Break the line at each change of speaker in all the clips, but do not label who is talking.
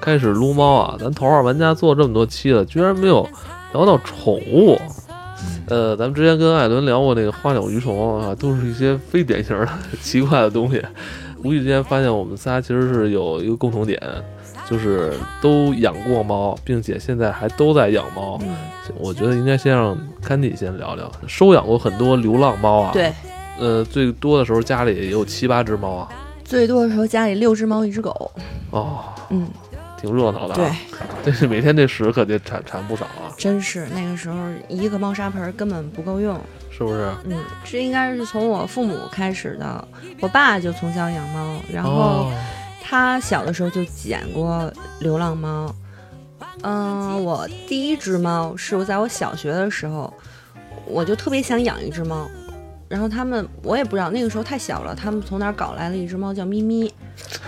开始撸猫啊，咱头号玩家做这么多期了，居然没有聊到宠物。呃，咱们之前跟艾伦聊过那个花鸟鱼虫啊，都是一些非典型的奇怪的东西。无意之间发现我们仨其实是有一个共同点，就是都养过猫，并且现在还都在养猫。
嗯，
我觉得应该先让甘迪先聊聊，收养过很多流浪猫啊。，
对，
呃，最多的时候家里也有七八只猫啊。
最多的时候家里六只猫一只狗，
哦，
嗯，
挺热闹的、啊。
对，
这是每天这屎可得铲铲不少啊，
真是那个时候一个猫砂盆儿根本不够用，
是不是？
嗯，这应该是从我父母开始的，我爸就从小养猫，然后
哦，
他小的时候就捡过流浪猫。嗯、我第一只猫是我在我小学的时候，我就特别想养一只猫，然后他们我也不知道那个时候太小了，他们从哪儿搞来了一只猫叫咪咪，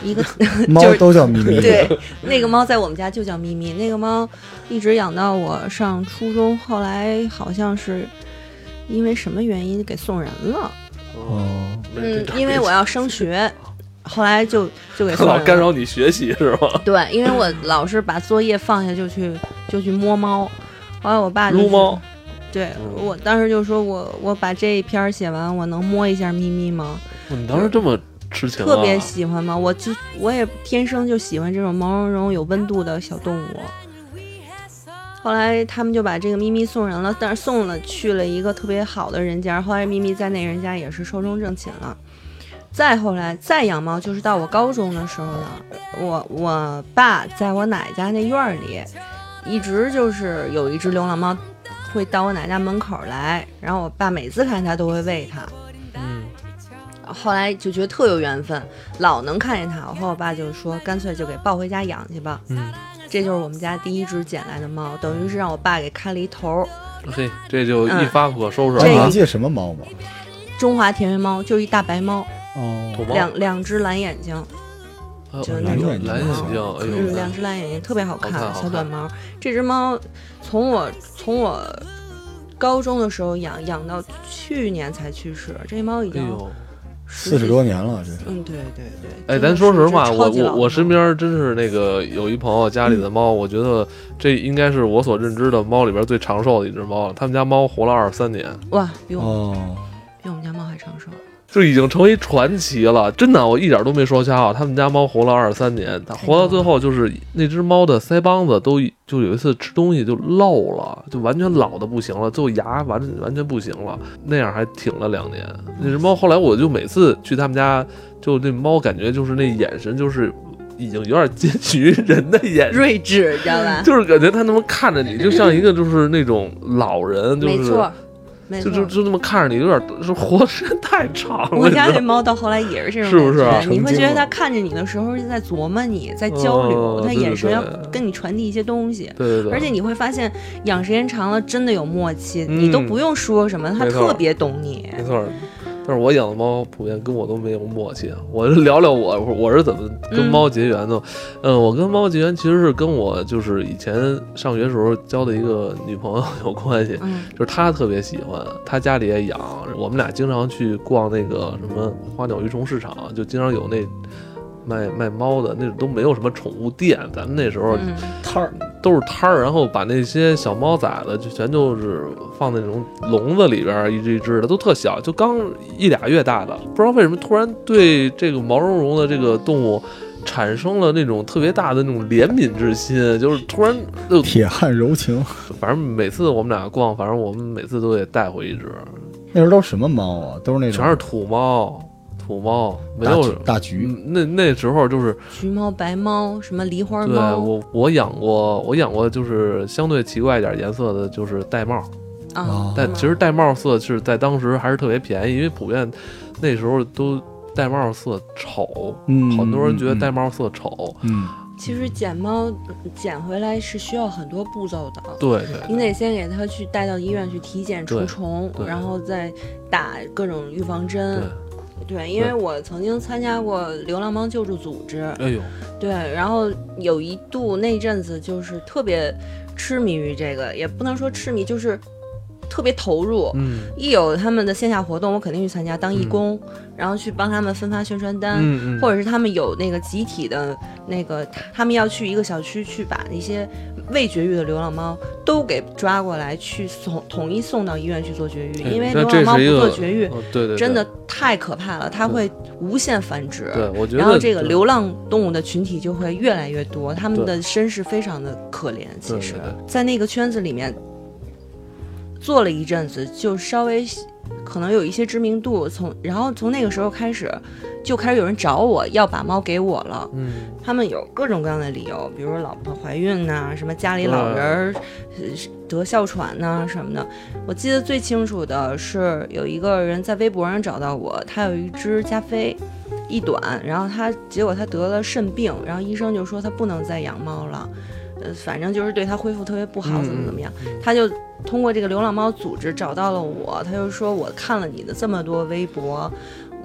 一个 就
猫
是
都叫咪 咪，
对，那个猫在我们家就叫咪咪，那个猫一直养到我上初中，后来好像是因为什么原因给送人了，
哦，
哦，
没
嗯，因为我要升学，后来就就给
他
送人
老
了。
干扰你学习是吗？
对，因为我老是把作业放下就去就去摸猫，后来我爸就
撸
是
猫，
对
嗯
我当时就说我我把这一篇儿写完，我能摸一下咪咪吗？
哇你当时这么痴情、啊，
特别喜欢猫，我就我也天生就喜欢这种毛茸茸有温度的小动物。后来他们就把这个咪咪送人了，但是送了去了一个特别好的人家，后来咪咪在那人家也是寿终正寝了。再后来再养猫，就是到我高中的时候了，我我爸在我奶家那院儿里，一直就是有一只流浪猫，会到我奶家门口来，然后我爸每次看见它都会喂它。
嗯，
后来就觉得特有缘分，老能看见它。我和我爸就说，干脆就给抱回家养去吧。
嗯，
这就是我们家第一只捡来的猫，等于是让我爸给开了一头儿
嘿，这就一
嗯
发不可收拾
这
了
哎，
啊
你。记得什么猫吗？
中华田园猫，就一大白猫，
土
哦，
猫，
两两只蓝眼睛，
哎呦
就
蓝
那
眼
种
睛，蓝眼睛，哎
嗯，两
呦，
只蓝眼睛特别好看，
好看好看
小短毛。这只猫从我从我高中的时候养，养到去年才去世。这猫已
哎
经
呦，
四十多年了，这是
嗯，对对对。
哎，
真的
咱说
是一
实
只
话，
超
我
级
我
老的
我身
猫嗯
边真是那个有一朋友家里的猫，我觉得这应该是我所认知的猫里边最长寿的一只猫了。他们家猫活了二十三年，
哇，比我们、
哦，
比我们家猫还长寿。
就已经成为传奇了，真的，我一点都没说瞎话。他们家猫活了二十三年，它活到最后就是那只猫的腮帮子都就有一次吃东西就漏了，就完全老的不行了，最后牙完完全不行了，那样还挺了两年。那只猫后来我就每次去他们家，就那猫感觉就是那眼神就是已经有点接近于人的眼神。
睿智，知道 吧？
就是感觉它那么看着你，就像一个就是那种老人，就
没
是
错，没
就
错。
就就那么看着你，有点是活的时间太长了。
我家
你知道吗
那猫到后来也是这种
是不是啊
感觉你会
成精
觉得
了
它看着你的时候是在琢磨你，在交流，
哦
它
对对
眼神要
对
跟你传递一些东西。
对对对，
而且你会发现，养时间长了真的有默契，
嗯
你都不用说什么，它
没错
特别懂你。
没错儿，但是我养的猫普遍跟我都没有默契。我就聊聊我 我是怎么跟猫结缘的。嗯我跟猫结缘其实是跟我就是以前上学时候交的一个女朋友有关系，
嗯，
就是她特别喜欢，她家里也养，我们俩经常去逛那个什么花鸟鱼虫市场，就经常有那。卖卖猫的那都没有什么宠物店，咱们那时候
嗯
摊儿，
都是摊儿，然后把那些小猫崽子就全就是放在那种笼子里边儿，一只一只的，都特小，就刚一俩月大的。不知道为什么突然对这个毛茸茸的这个动物产生了那种特别大的那种怜悯之心，就是突然就
铁汉柔情。
反正每次我们俩逛，反正我们每次都得带回一只，
那时候都是什么猫啊？都是那种
全是土猫，土猫没
大
有
橘。大橘，
嗯那那时候就是
橘猫、白猫，什么狸花
对
猫
我我养过我养过就是相对奇怪一点颜色的就是玳瑁，
啊
哦，
但其实玳瑁色是在当时还是特别便宜，因为普遍那时候都玳瑁色丑，
嗯，
很多人觉得玳
嗯
瑁色丑。
嗯，
其实捡猫捡回来是需要很多步骤的。啊
对对
你得先给它去带到医院去体检除
对
虫
对，
然后再打各种预防针。
对，
对，因
对
为我曾经参加过流浪猫救助组织，
哎呦，
对，然后有一度那阵子就是特别痴迷于这个，也不能说痴迷，就是特别投入，
嗯
一有他们的线下活动，我肯定去参加当义工，然后去帮他们分发宣传单，
嗯嗯，
或
者
者是他们有那个集体的那个，他们要去一个小区去把一些未绝育的流浪猫都给抓过来，去送统一送到医院去做绝育，因为
那
流
这
浪猫
是
不
一
做
个
绝育
哦对对对，
真的太可怕了，它会无限繁殖。
对，我觉得
然后这
嗯
个
对
流浪动物的群体就会越来越多，他们
对
的身世非常的可怜。其
对
实
对，对
在那个圈子里面做了一阵子，就稍微可能有一些知名度。从然后从那个时候开始，就开始有人找我要把猫给我了。
嗯
他们有各种各样的理由，比如说老婆怀孕呐、什么家里老人儿呃得哮喘呐、什么的。我记得最清楚的是有一个人在微博上找到我，他有一只加菲。一短，然后他结果他得了肾病，然后医生就说他不能再养猫了，呃，反正就是对他恢复特别不好，
嗯
怎么怎么样
嗯嗯，
他就通过这个流浪猫组织找到了我，他就说我看了你的这么多微博，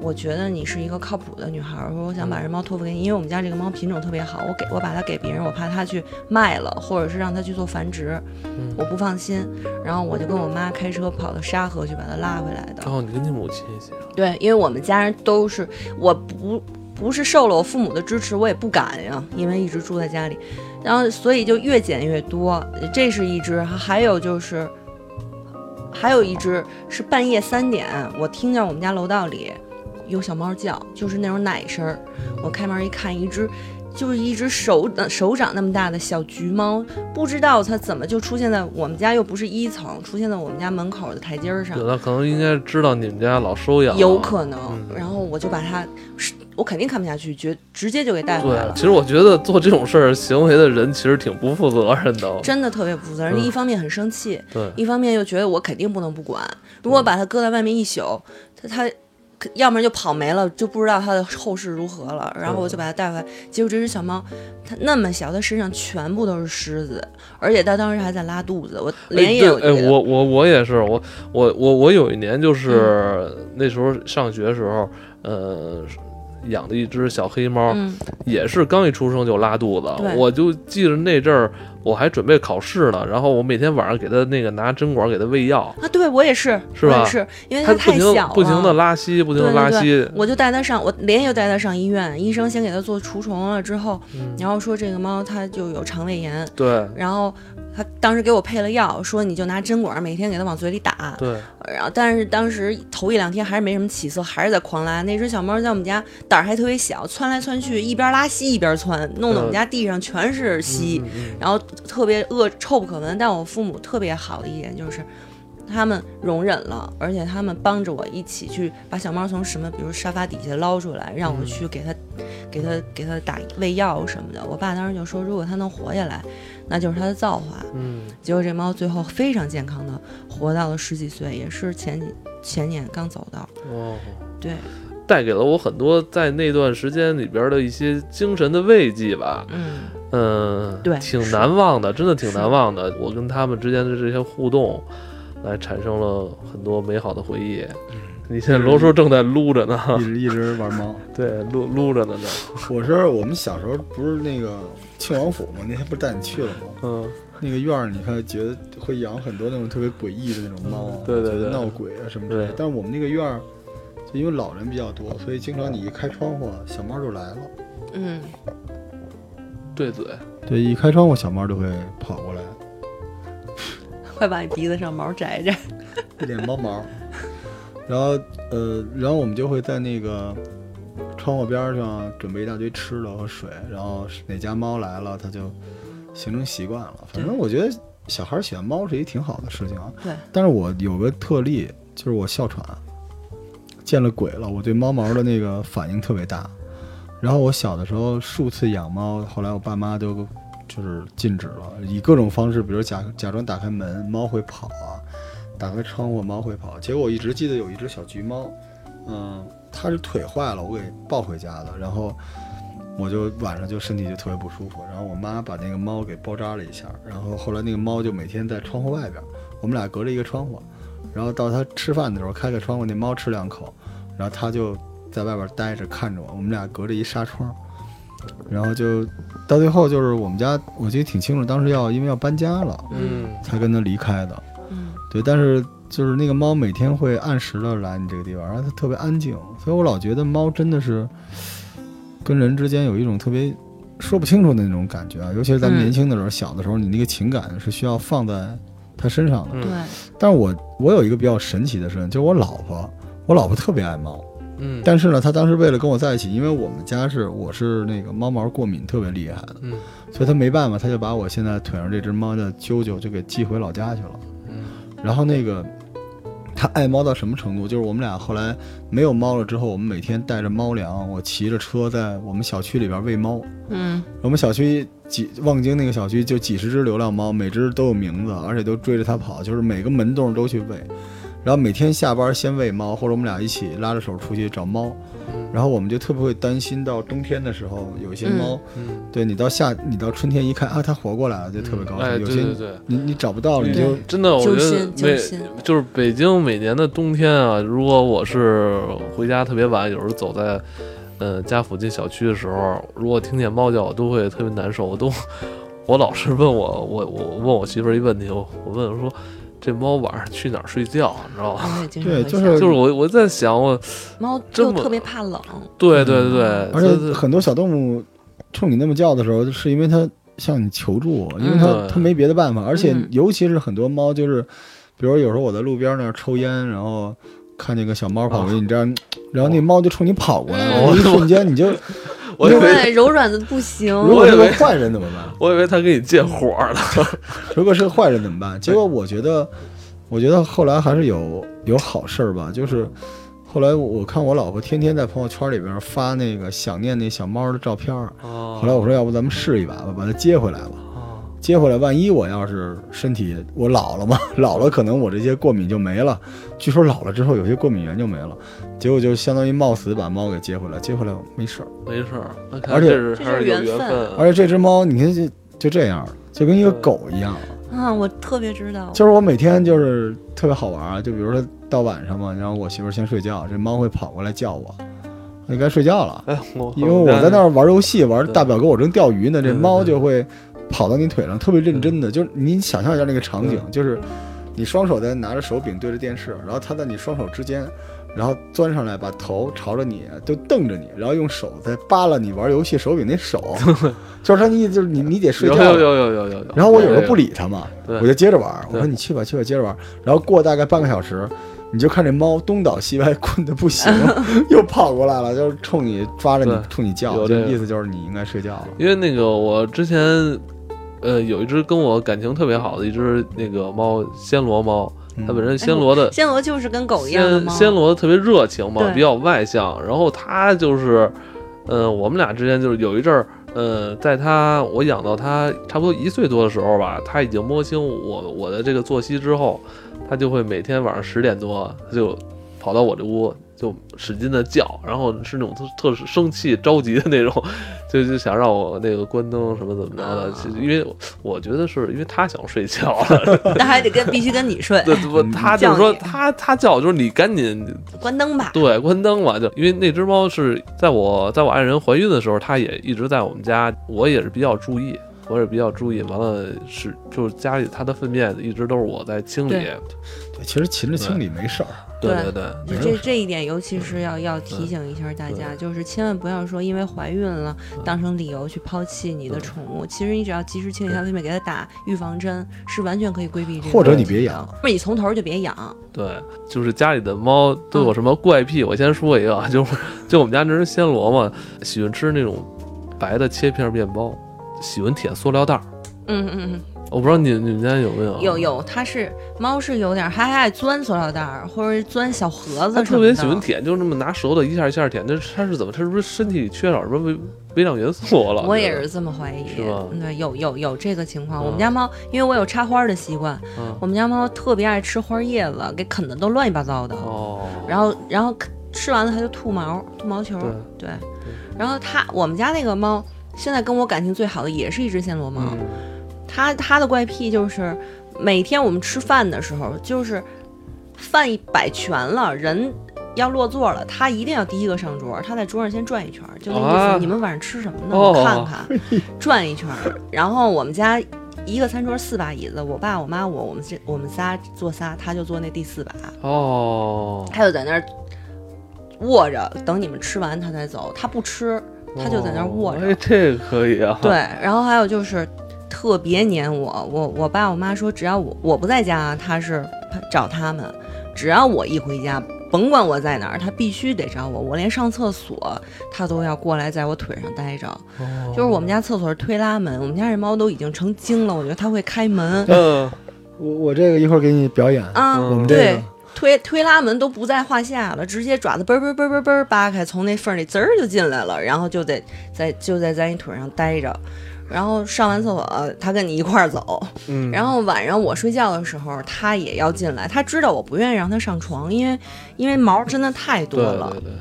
我觉得你是一个靠谱的女孩儿，我说我想把这猫托付给你，因为我们家这个猫品种特别好，我给我把它给别人，我怕它去卖了，或者是让它去做繁殖，
嗯，
我不放心。然后我就跟我妈开车跑到沙河去把它拉回来的
然。嗯哦后你跟你母亲一起啊，
对，因为我们家人都是我不不是受了我父母的支持，我也不敢呀，因为一直住在家里，然后所以就越减越多，这是一只，还有就是。还有一只是半夜三点，我听见我们家楼道里有小猫叫，就是那种奶声儿。我开门一看，一只就是一只手呃手掌那么大的小橘猫，不知道它怎么就出现在我们家，又不是一层，出现在我们家门口的台阶儿上
对。那可能应该知道你们家老收养，
有可能。
嗯
然后我就把它，是我肯定看不下去，绝直接就给带回来
对，
了
其。实我觉得做这种事儿行为的人其实挺不负责任的。
真的特别不负责任，
嗯
一方面很生气，
对，
一方面又觉得我肯定不能不管。如果把它搁在外面一宿，它它可要么就跑没了，就不知道它的后事如何了。然后我就把它带回来，结果这只小猫，它那么小，它身上全部都是虱子，而且它当时还在拉肚子，我
哎
连夜
对
记
哎，
得嗯
我我我也是，我我我我有一年就是那时候上学时候，呃，养了一只小黑猫，
嗯
也是刚一出生就拉肚子
对，
我就记着那阵儿我还准备考试呢，然后我每天晚上给它那个拿针管给它喂药，
啊，对我也是，
是
我也
吧
是，因为
它不
太
停
小了，
不停的拉稀，不停的
对对
拉
对
稀，
我就带它上，我连夜带它上医院，医生先给它做除虫了之后，
嗯
然后说这个猫它就有肠胃炎，
对
然后他当时给我配了药，说你就拿针管每天给它往嘴里打，
对，
然后但是当时头一两天还是没什么起色，还是在狂拉。那只小猫在我们家胆儿还特别小，窜来窜去，一边拉稀一边窜，弄得我们家地上全是稀。
嗯嗯
然后特别恶臭不可闻。但我父母特别好的一点就是，他们容忍了，而且他们帮着我一起去把小猫从什么，比如沙发底下捞出来，让我去给它、给它、给它打喂药什么的。我爸当时就说，如果它能活下来，那就是它的造化。
嗯
结果这猫最后非常健康的活到了十几岁，也是前几前年刚走到。
嗯哦。
对，
带给了我很多在那段时间里边的一些精神的慰藉吧，
嗯，
嗯，
对
挺
是
难忘的，真的挺
是
难忘的。我跟他们之间的这些互动，来产生了很多美好的回忆。
嗯
你现在罗叔正在撸着呢，
一直一直玩猫。
对，撸撸着呢呢，
嗯我是我们小时候不是那个庆王府嘛，那天不是带你去了吗？
嗯，
那个院儿，你看觉得会养很多那种特别诡异的那种猫啊，
嗯对对
就是
对
闹鬼啊什么之类的
对。
但是我们那个院儿，就因为老人比较多，所以经常你一开窗户，啊小猫就来了。
嗯，
对嘴，
对，一开窗户，小猫就会跑过来，
快把你鼻子上毛摘摘。
一脸猫毛。然后呃，然后我们就会在那个窗户边儿上准备一大堆吃的和水，然后哪家猫来了，它就形成习惯了。反正我觉得小孩儿喜欢猫是一挺好的事情啊。
对，
但是我有个特例，就是我哮喘，见了鬼了，我对猫毛的那个反应特别大。然后我小的时候数次养猫，后来我爸妈就就是禁止了，以各种方式，比如假假装打开门，猫会跑啊，打开窗户猫会跑。结果我一直记得有一只小橘猫，嗯，它是腿坏了，我给抱回家的，然后。我就晚上就身体就特别不舒服，然后我妈把那个猫给包扎了一下，然后后来那个猫就每天在窗户外边，我们俩隔着一个窗户，然后到它吃饭的时候开开窗户，那猫吃两口，然后它就在外边待着看着我，我们俩隔着一纱窗，然后就到最后就是我们家，我记得挺清楚，当时要因为要搬家了
嗯
才跟它离开的，
嗯
对，但是就是那个猫每天会按时的来你这个地方，然后它特别安静，所以我老觉得猫真的是跟人之间有一种特别说不清楚的那种感觉啊，尤其是咱们
嗯
年轻的时候、小的时候，你那个情感是需要放在它身上的。
嗯
对，
但是我我有一个比较神奇的事情，就是我老婆，我老婆特别爱猫，
嗯
但是呢，她当时为了跟我在一起，因为我们家是我是那个猫毛过敏特别厉害的，
嗯
所以她没办法，她就把我现在腿上这只猫叫啾啾就给寄回老家去了。
嗯
然后那个他爱猫到什么程度？就是我们俩后来没有猫了之后，我们每天带着猫粮，我骑着车在我们小区里边喂猫。
嗯，
我们小区几望京那个小区就几十只流浪猫，每只都有名字，而且都追着它跑，就是每个门洞都去喂。然后每天下班先喂猫，或者我们俩一起拉着手出去找猫。
嗯
然后我们就特别会担心，到冬天的时候有一些猫，
嗯，
对你到夏你到春天一看啊，它活过来了，就特别高兴。
哎，
有
对
些
对对。
你你找不到了，你就
对
哦真的，我觉
揪
得
心揪
每
心，
就是北京每年的冬天啊，如果我是回家特别晚，有时候走在呃家附近小区的时候，如果听见猫叫，我都会特别难受。我都我老是问我我我问我媳妇儿一问题，我我问我说这猫晚上去哪儿睡觉，啊你知道吗？
我也经常
对
会
就是
想
就是我我在想我，
猫
这
就
么
特别怕冷，
对对对，
嗯而
这
且很多小动物冲你那么叫的时候，是因为它向你求助，因为它、
嗯对
它没别的办法。而且
嗯
尤其是很多猫，就是比如有时候我在路边那儿抽烟，然后看见个小猫跑过去，你这
啊
样，然后那猫就冲你跑过来，
嗯
然后一瞬间你就，
哦 我以
因
为
对，柔软的不行。
如果是
我以
个
为
坏人怎么办？
我以为它给你借火了，
如果是个坏人怎么办？结果我觉得，我觉得后来还是有有好事儿吧，就是。后来我看我老婆天天在朋友圈里边发那个想念那小猫的照片儿，后来我说要不咱们试一把吧，把它接回来吧。
哦
接回来，万一我要是身体我老了嘛，老了可能我这些过敏就没了。据说老了之后有些过敏源就没了，结果就相当于冒死把猫给接回来，接回来没事儿。
没事儿，那看
而且
这是
这
还
是
是有
缘
缘啊
分
而且这只猫，你看就就这样，就跟一个狗一样。
啊，我特别知道，
就是我每天就是特别好玩儿，啊就比如说到晚上嘛，然后我媳妇儿先睡觉，这猫会跑过来叫我，你该睡觉了。
哎，我
因为我在那儿玩游戏，玩
对
大表哥，我正钓鱼呢，
对
这
对
猫
对
就会跑到你腿上，特别认真的，就是你想象一下那个场景，就是你双手在拿着手柄对着电视，然后它在你双手之间，然后钻上来，把头朝着你，就瞪着你，然后用手在扒拉你玩游戏手柄那手，就是它意思就是你你得睡
有
觉
有
了。
有有有有有，
然后我有时候不
理，
理它嘛，
对
我就接着玩儿，我说
对
你去吧去吧接着玩儿，然后过大概半个小时。你就看这猫东倒西歪， 困得不 行，又跑过来了，就是冲你抓着
对
你，冲你叫，
有
就
这个
意思就是你应该睡觉了。
因为那个我之前，呃，有一只跟我感情特别好的一只那个猫，暹罗猫，
嗯
它本身暹罗的
暹罗就是跟狗一样的
暹
猫，
暹罗特别热情嘛，
对
比较外向，然后它就是，呃，我们俩之间就是有一阵儿。呃，在它我养到它差不多一岁多的时候吧，它已经摸清我我的这个作息之后，它就会每天晚上十点多它就跑到我这屋就使劲的叫，然后是那种特特生气着急的那种， 就就想让我那个关灯什么怎么着的，
啊
其实因为我觉得是因为它想睡觉了，
那还得跟必须跟你睡，
对不？它就是
叫
说
你
它它叫就是你赶紧
关灯吧。
对，关灯嘛，就因为那只猫是在我在我爱人怀孕的时候，它也一直在我们家，我也是比较注意，我也比较注意。完了是就是家里它的粪便一直都是我在清理，
对
对，其实勤着清理没事儿。
对
对
对对，
就这这一点，尤其是要要提醒一下大家，就是千万不要说因为怀孕了当成理由去抛弃你的宠物。其实你只要及时清理它的粪便，给它打预防针，是完全可以规避这个。
或者你别养，
不是你从头就别养。
对，就是家里的猫都
嗯
有什么怪癖？我先说一个，啊，就是就我们家那只暹罗嘛，喜欢吃那种白的切片面包，喜欢舔塑料袋儿。
嗯嗯嗯，
我不知道你你们家有没啊有？
有。有，它是猫是有点儿，它还爱钻塑料袋儿或者钻小盒
它
子什么的。
特别喜欢舔，就那么拿舌头一下一下舔，那它是怎么？它是不是身体缺少什么微微量元素了？
我也是这么怀疑
是吧，
对，有有有这个情况。我
嗯
们家猫，因为我有插花的习惯，
嗯
我们家猫特别爱吃花叶子，给啃的都乱七八糟的。
哦，
然后然后啃吃完了它就吐毛，吐毛球。
对
对，然后它我们家那个猫，现在跟我感情最好的也是一只暹罗猫，
嗯
它它的怪癖就是每天我们吃饭的时候，就是饭一摆全了，人。要落座了，它一定要第一个上桌。它在桌上先转一圈，就那意思。
啊
你们晚上吃什么呢？
哦
我看看，转一圈。然后我们家一个餐桌四把椅子，我爸、我妈、我，我们这我们仨坐仨，他就坐那第四把，
哦，
他就在那儿卧着，等你们吃完他才走。他不吃，他就在那儿卧着。
哦哎，这个可以
嗯
啊。
对，，然后还有就是特别黏我，我我爸我妈说，只要我我不在家，他是找他们；只要我一回家，甭管我在哪儿，他必须得找我。我连上厕所，他都要过来在我腿上待着。
哦、
就是我们家厕所是推拉门，我们家这猫都已经成精了，我觉得它会开门
嗯，
我我这个一会儿给你表演，
啊。
嗯
我们这
对
个，
推推拉门都不在话下了，直接爪子嘣嘣嘣嘣嘣扒开，从那缝儿里滋儿就进来了，然后就得在就在咱你腿上待着，然后上完厕所、呃他跟你一块儿走，
嗯
然后晚上我睡觉的时候他也要进来，他知道我不愿意让他上床，因为因为毛真的太多
对
了，
对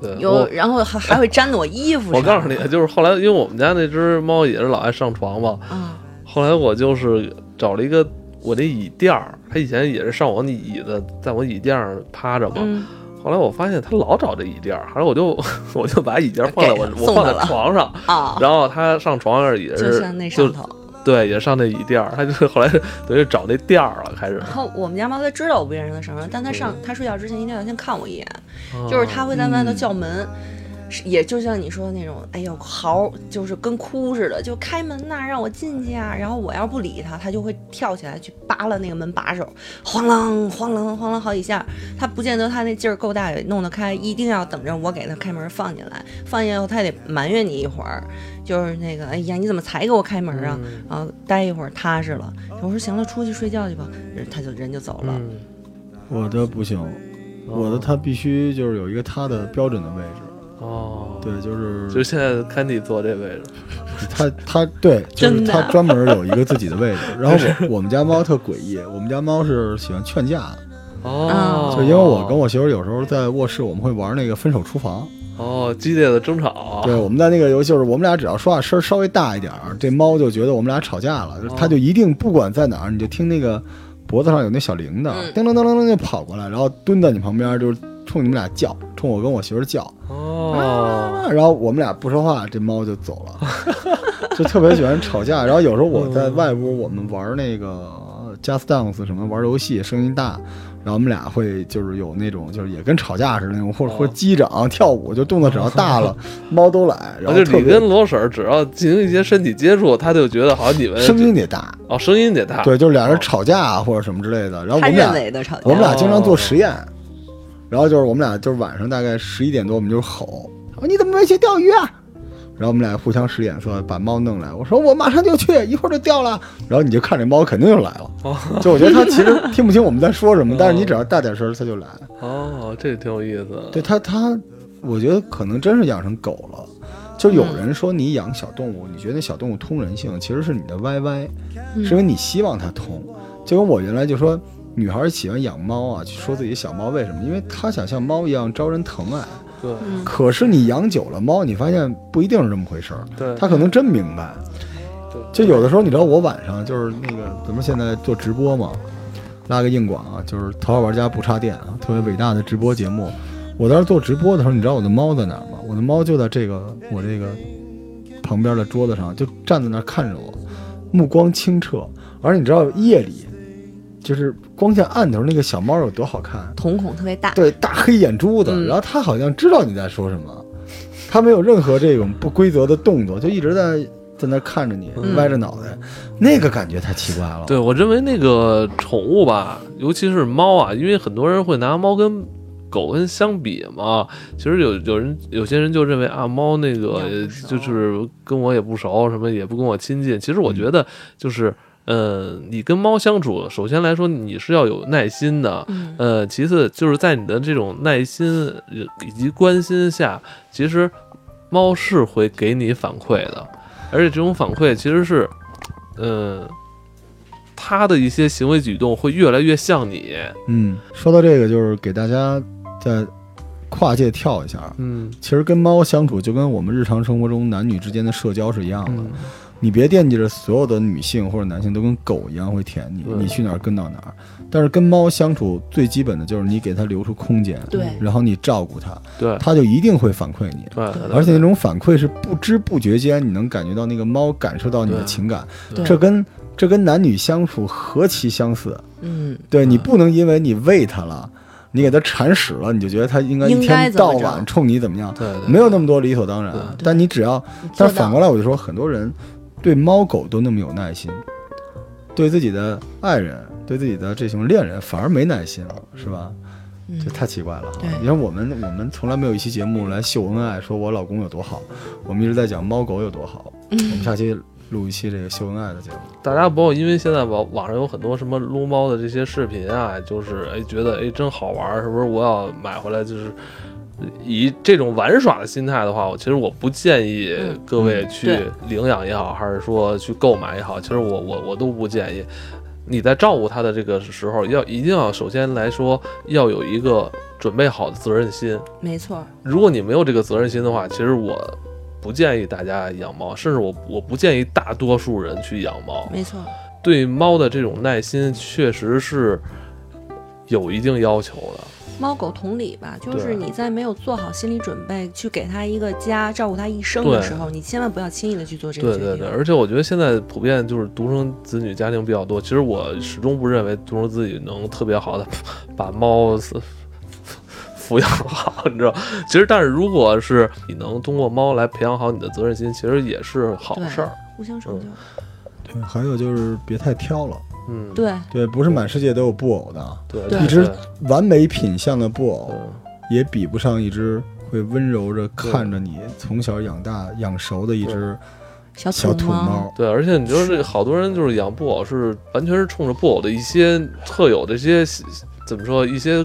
对对，
有
我
然后还还会粘到我衣服上，
我告诉你，啊就是后来因为我们家那只猫也是老爱上床嘛，
啊，
后来我就是找了一个我那椅垫儿，它以前也是上我那椅子，在我椅垫上趴着嘛。
嗯
后来我发现它老找这椅垫儿，后来我就 我就把椅垫儿放在我
给它
我
送
放
它
在
了
床上，
啊，
然后它上床上也
就是像那
呃就
上头。
对，也上那椅垫儿，它就是 后来等于找那垫儿了，开始
然后我们家猫它知道我不愿意让它上床，但它上它睡觉之前一定要先看我一眼，
嗯
就是它会在外头叫门，是也就像你说的那种，哎呦嚎，就是跟哭似的，就开门呐、让我进去啊。然后我要不理它，它就会跳起来去扒拉那个门把手，哐啷哐啷哐啷好几下。它不见得它那劲儿够大，也弄得开，一定要等着我给它开门放进来，放进来后它得埋怨你一会儿，就是那个哎呀你怎么才给我开门啊？
嗯
然后待一会儿踏实了，我说行了，出去睡觉去吧，人他就人就走了。
嗯
我的不行，
哦
我的它必须就是有一个它的标准的位置，
哦，
对，就是
就是现在 Candy 坐这位置，
它它对，就是
真的啊
它专门有一个自己的位置。然后 我我们家猫特诡异，我们家猫是喜欢劝架，
哦，
就因为我跟我媳妇儿有时候在卧室我们会玩那个分手厨房，
哦激烈的争吵，
对，我们在那个游戏就是我们俩只要说话声儿稍微大一点儿，这猫就觉得我们俩吵架了，它就一定不管在哪儿，你就听那个脖子上有那小铃铛，
嗯
叮铃叮铃铃就跑过来，然后蹲在你旁边，就是冲你们俩叫，冲我跟我媳妇儿叫，
哦，
啊然后我们俩不说话，这猫就走了，就特别喜欢吵架。然后有时候我在
嗯
外屋，我们玩那个 Just Dance 什么玩游戏，声音大，然后我们俩会就是有那种就是也跟吵架似的那种，或者
哦
或者击掌跳舞，就动作只要大 了，猫都来。然
啊
后
就
特
是你
别
跟罗婶儿只要进行一些身体接触，他就觉得好像你们
声音得大，
哦声音得大，哦
对，就是俩人吵架啊或者什么之类的。然后我
他
们俩
认为的吵架，
我们俩经常做实验，然后就是我们俩就是晚上大概十一点多，我们就吼，我说你怎么没去钓鱼啊？然后我们俩互相使眼色，把猫弄来。我说我马上就去，一会儿就掉了。然后你就看这猫肯定就来了
哦，
就我觉得它其 实听不清我们在说什么
哦，
但是你只要大点声，它就来。
哦，这挺有意思的，
对它它，我觉得可能真是养成狗了。就
嗯
有人说你养小动物，你觉得小动物通人性，其实是你的歪歪。
嗯
是因为你希望它通。就跟我原来就说，女孩喜欢养猫啊，就说自己小猫为什么？因为她想像猫一样招人疼爱。
对
嗯
可是你养久了猫，你发现不一定是这么回事儿，
对，
它可能真明白。
嗯对
就有的时候，你知道我晚上就是那个，咱们现在做直播嘛，拉个硬广啊，就是《头号玩家》不插电啊，特别伟大的直播节目。我当时做直播的时候，你知道我的猫在哪儿吗？我的猫就在这个我这个旁边的桌子上，就站在那儿看着我，目光清澈。而你知道夜里，就是光线暗的时候，那个小猫有多好看？啊
瞳孔特别大，
对，大黑眼珠子，
嗯
然后他好像知道你在说什么，他没有任何这种不规则的动作，就一直在在那看着你，
嗯
歪着脑袋，那个感觉太奇怪了。
对，我认为那个宠物吧，尤其是猫啊，因为很多人会拿猫跟狗跟相比嘛。其实有有人有些人就认为啊，猫那个
也不熟
就是跟我也不熟，什么也不跟我亲近。其实我觉得就是，呃，你跟猫相处，首先来说你是要有耐心的，
嗯
呃，其次就是在你的这种耐心呃以及关心下，其实猫是会给你反馈的，而且这种反馈其实是，呃，它的一些行为举动会越来越像你。
嗯，说到这个，就是给大家再跨界跳一下啊。
嗯
其实跟猫相处就跟我们日常生活中男女之间的社交是一样的，
嗯，
你别惦记着所有的女性或者男性都跟狗一样会舔你，
对
你去哪儿跟到哪儿。但是跟猫相处最基本的就是你给它留出空间，
对
然后你照顾它，
对
它就一定会反馈你。
对，
而且那种反馈是不知不觉间，你能感觉到那个猫感受到你的
对
情感，
对
这跟这跟男女相处何其相似。
嗯，
对你不能因为你喂它了，你给它铲屎了，你就觉得它应该一
应该
天
怎么
到
着
晚冲你怎么样？
对对，
没有那么多理所当然
对。
但你只要，
你
但
做
是反
到
过来我就说，很多人对猫狗都那么有耐心，对自己的爱人、对自己的这种恋人反而没耐心了，是吧？
嗯
这太奇怪了哈
对！
你看我们，我们从来没有一期节目来秀恩爱，说我老公有多好，我们一直在讲猫狗有多好。
嗯
我们下期录一期这个秀恩爱的节目。
大家不要因为现在网网上有很多什么撸猫的这些视频啊，就是哎觉得哎真好玩儿，是不是我要买回来就是。以这种玩耍的心态的话，我其实我不建议
嗯
各位
嗯
去
对
领养也好，还是说去购买也好，其实我我我都不建议。你在照顾它的这个时候，要一定要首先来说要有一个准备好的责任心，
没错，
如果你没有这个责任心的话，其实我不建议大家养猫，甚至我我不建议大多数人去养猫。
没错，
对猫的这种耐心确实是有一定要求的。
猫狗同理吧，就
对
是你在没有做好心理准备去给它一个家，照顾它一生的
对
时候，你千万不要轻易的去做这个
对
决定。啊
对对，而且我觉得现在普遍就是独生子女家庭比较多。其实我始终不认为独生子女能特别好的 把猫饲 抚养好， 你知道？其实，但是如果是你能通过猫来培养好你的责任心，其实也是好
对
事儿。
互相成就。
嗯对，还有就是别太挑了，
嗯，
对，
对，不是满世界都有布偶的，
对
对
对
一只
对
完美品相的布偶
嗯
也比不上一只会温柔着看着你从小养大养熟的一只
小
小
土
土猫。
对，而且你就是这好多人就是养布偶，是完全是冲着布偶的一些特有的一些怎么说一些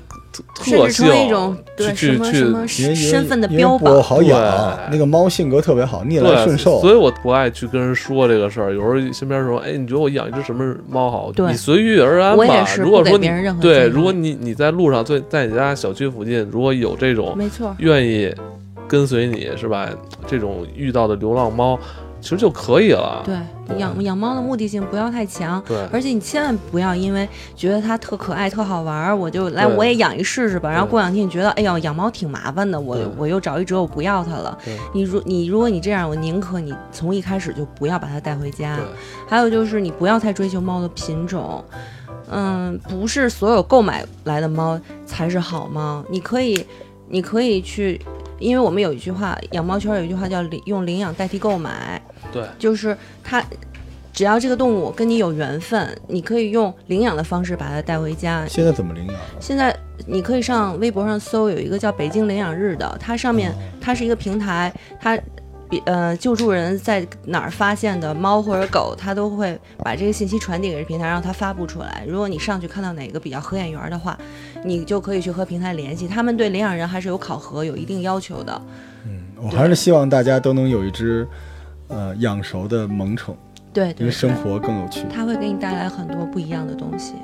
特特
甚至
性
成为一种对什
去
么
去去
什么
因为因为
身份的
因为
标
布偶
榜。
好养啊，
对
那个猫性格特别好，逆来
对，
顺受。
所以我不爱去跟人说这个事儿。有时候身边说，哎，你觉得我养一只什么猫好？
对
你随遇而安
我也
吧。
是
如
不
果
给
说
别
你
人任何
对，
建议
如果你你在路上在在你家小区附近，如果有这种
没错，
愿意跟随你是吧？这种遇到的流浪猫，其实就可以了。
对
对
养养猫的目的性不要太强，
对
而且你千万不要因为觉得它特可爱、特好玩儿，我就来
对
我也养一试试吧。然后
对
过两天你觉得，哎呦，养猫挺麻烦的，我
对
我又找一折，我不要它了
对。
你如你如果你这样，我宁可你从一开始就不要把它带回家
对。
还有就是你不要太追求猫的品种，嗯，不是所有购买来的猫才是好猫，你可以，你可以去。因为我们有一句话，养猫圈有一句话叫“领用领养代替购买”，
对，
就是它只要这个动物跟你有缘分，你可以用领养的方式把它带回家。
现在怎么领养了？
现在你可以上微博上搜，有一个叫“北京领养日”的，它上面它是一个平台，它比呃救助人在哪儿发现的猫或者狗，它都会把这个信息传递给平台，让它发布出来。如果你上去看到哪个比较合眼缘儿的话，你就可以去和平台联系，他们对领养人还是有考核、有一定要求的。
嗯，我还是希望大家都能有一只呃养熟的萌宠，
对
因为
对
生
对，
活更有趣。
它会给你带来很多不一样的东西。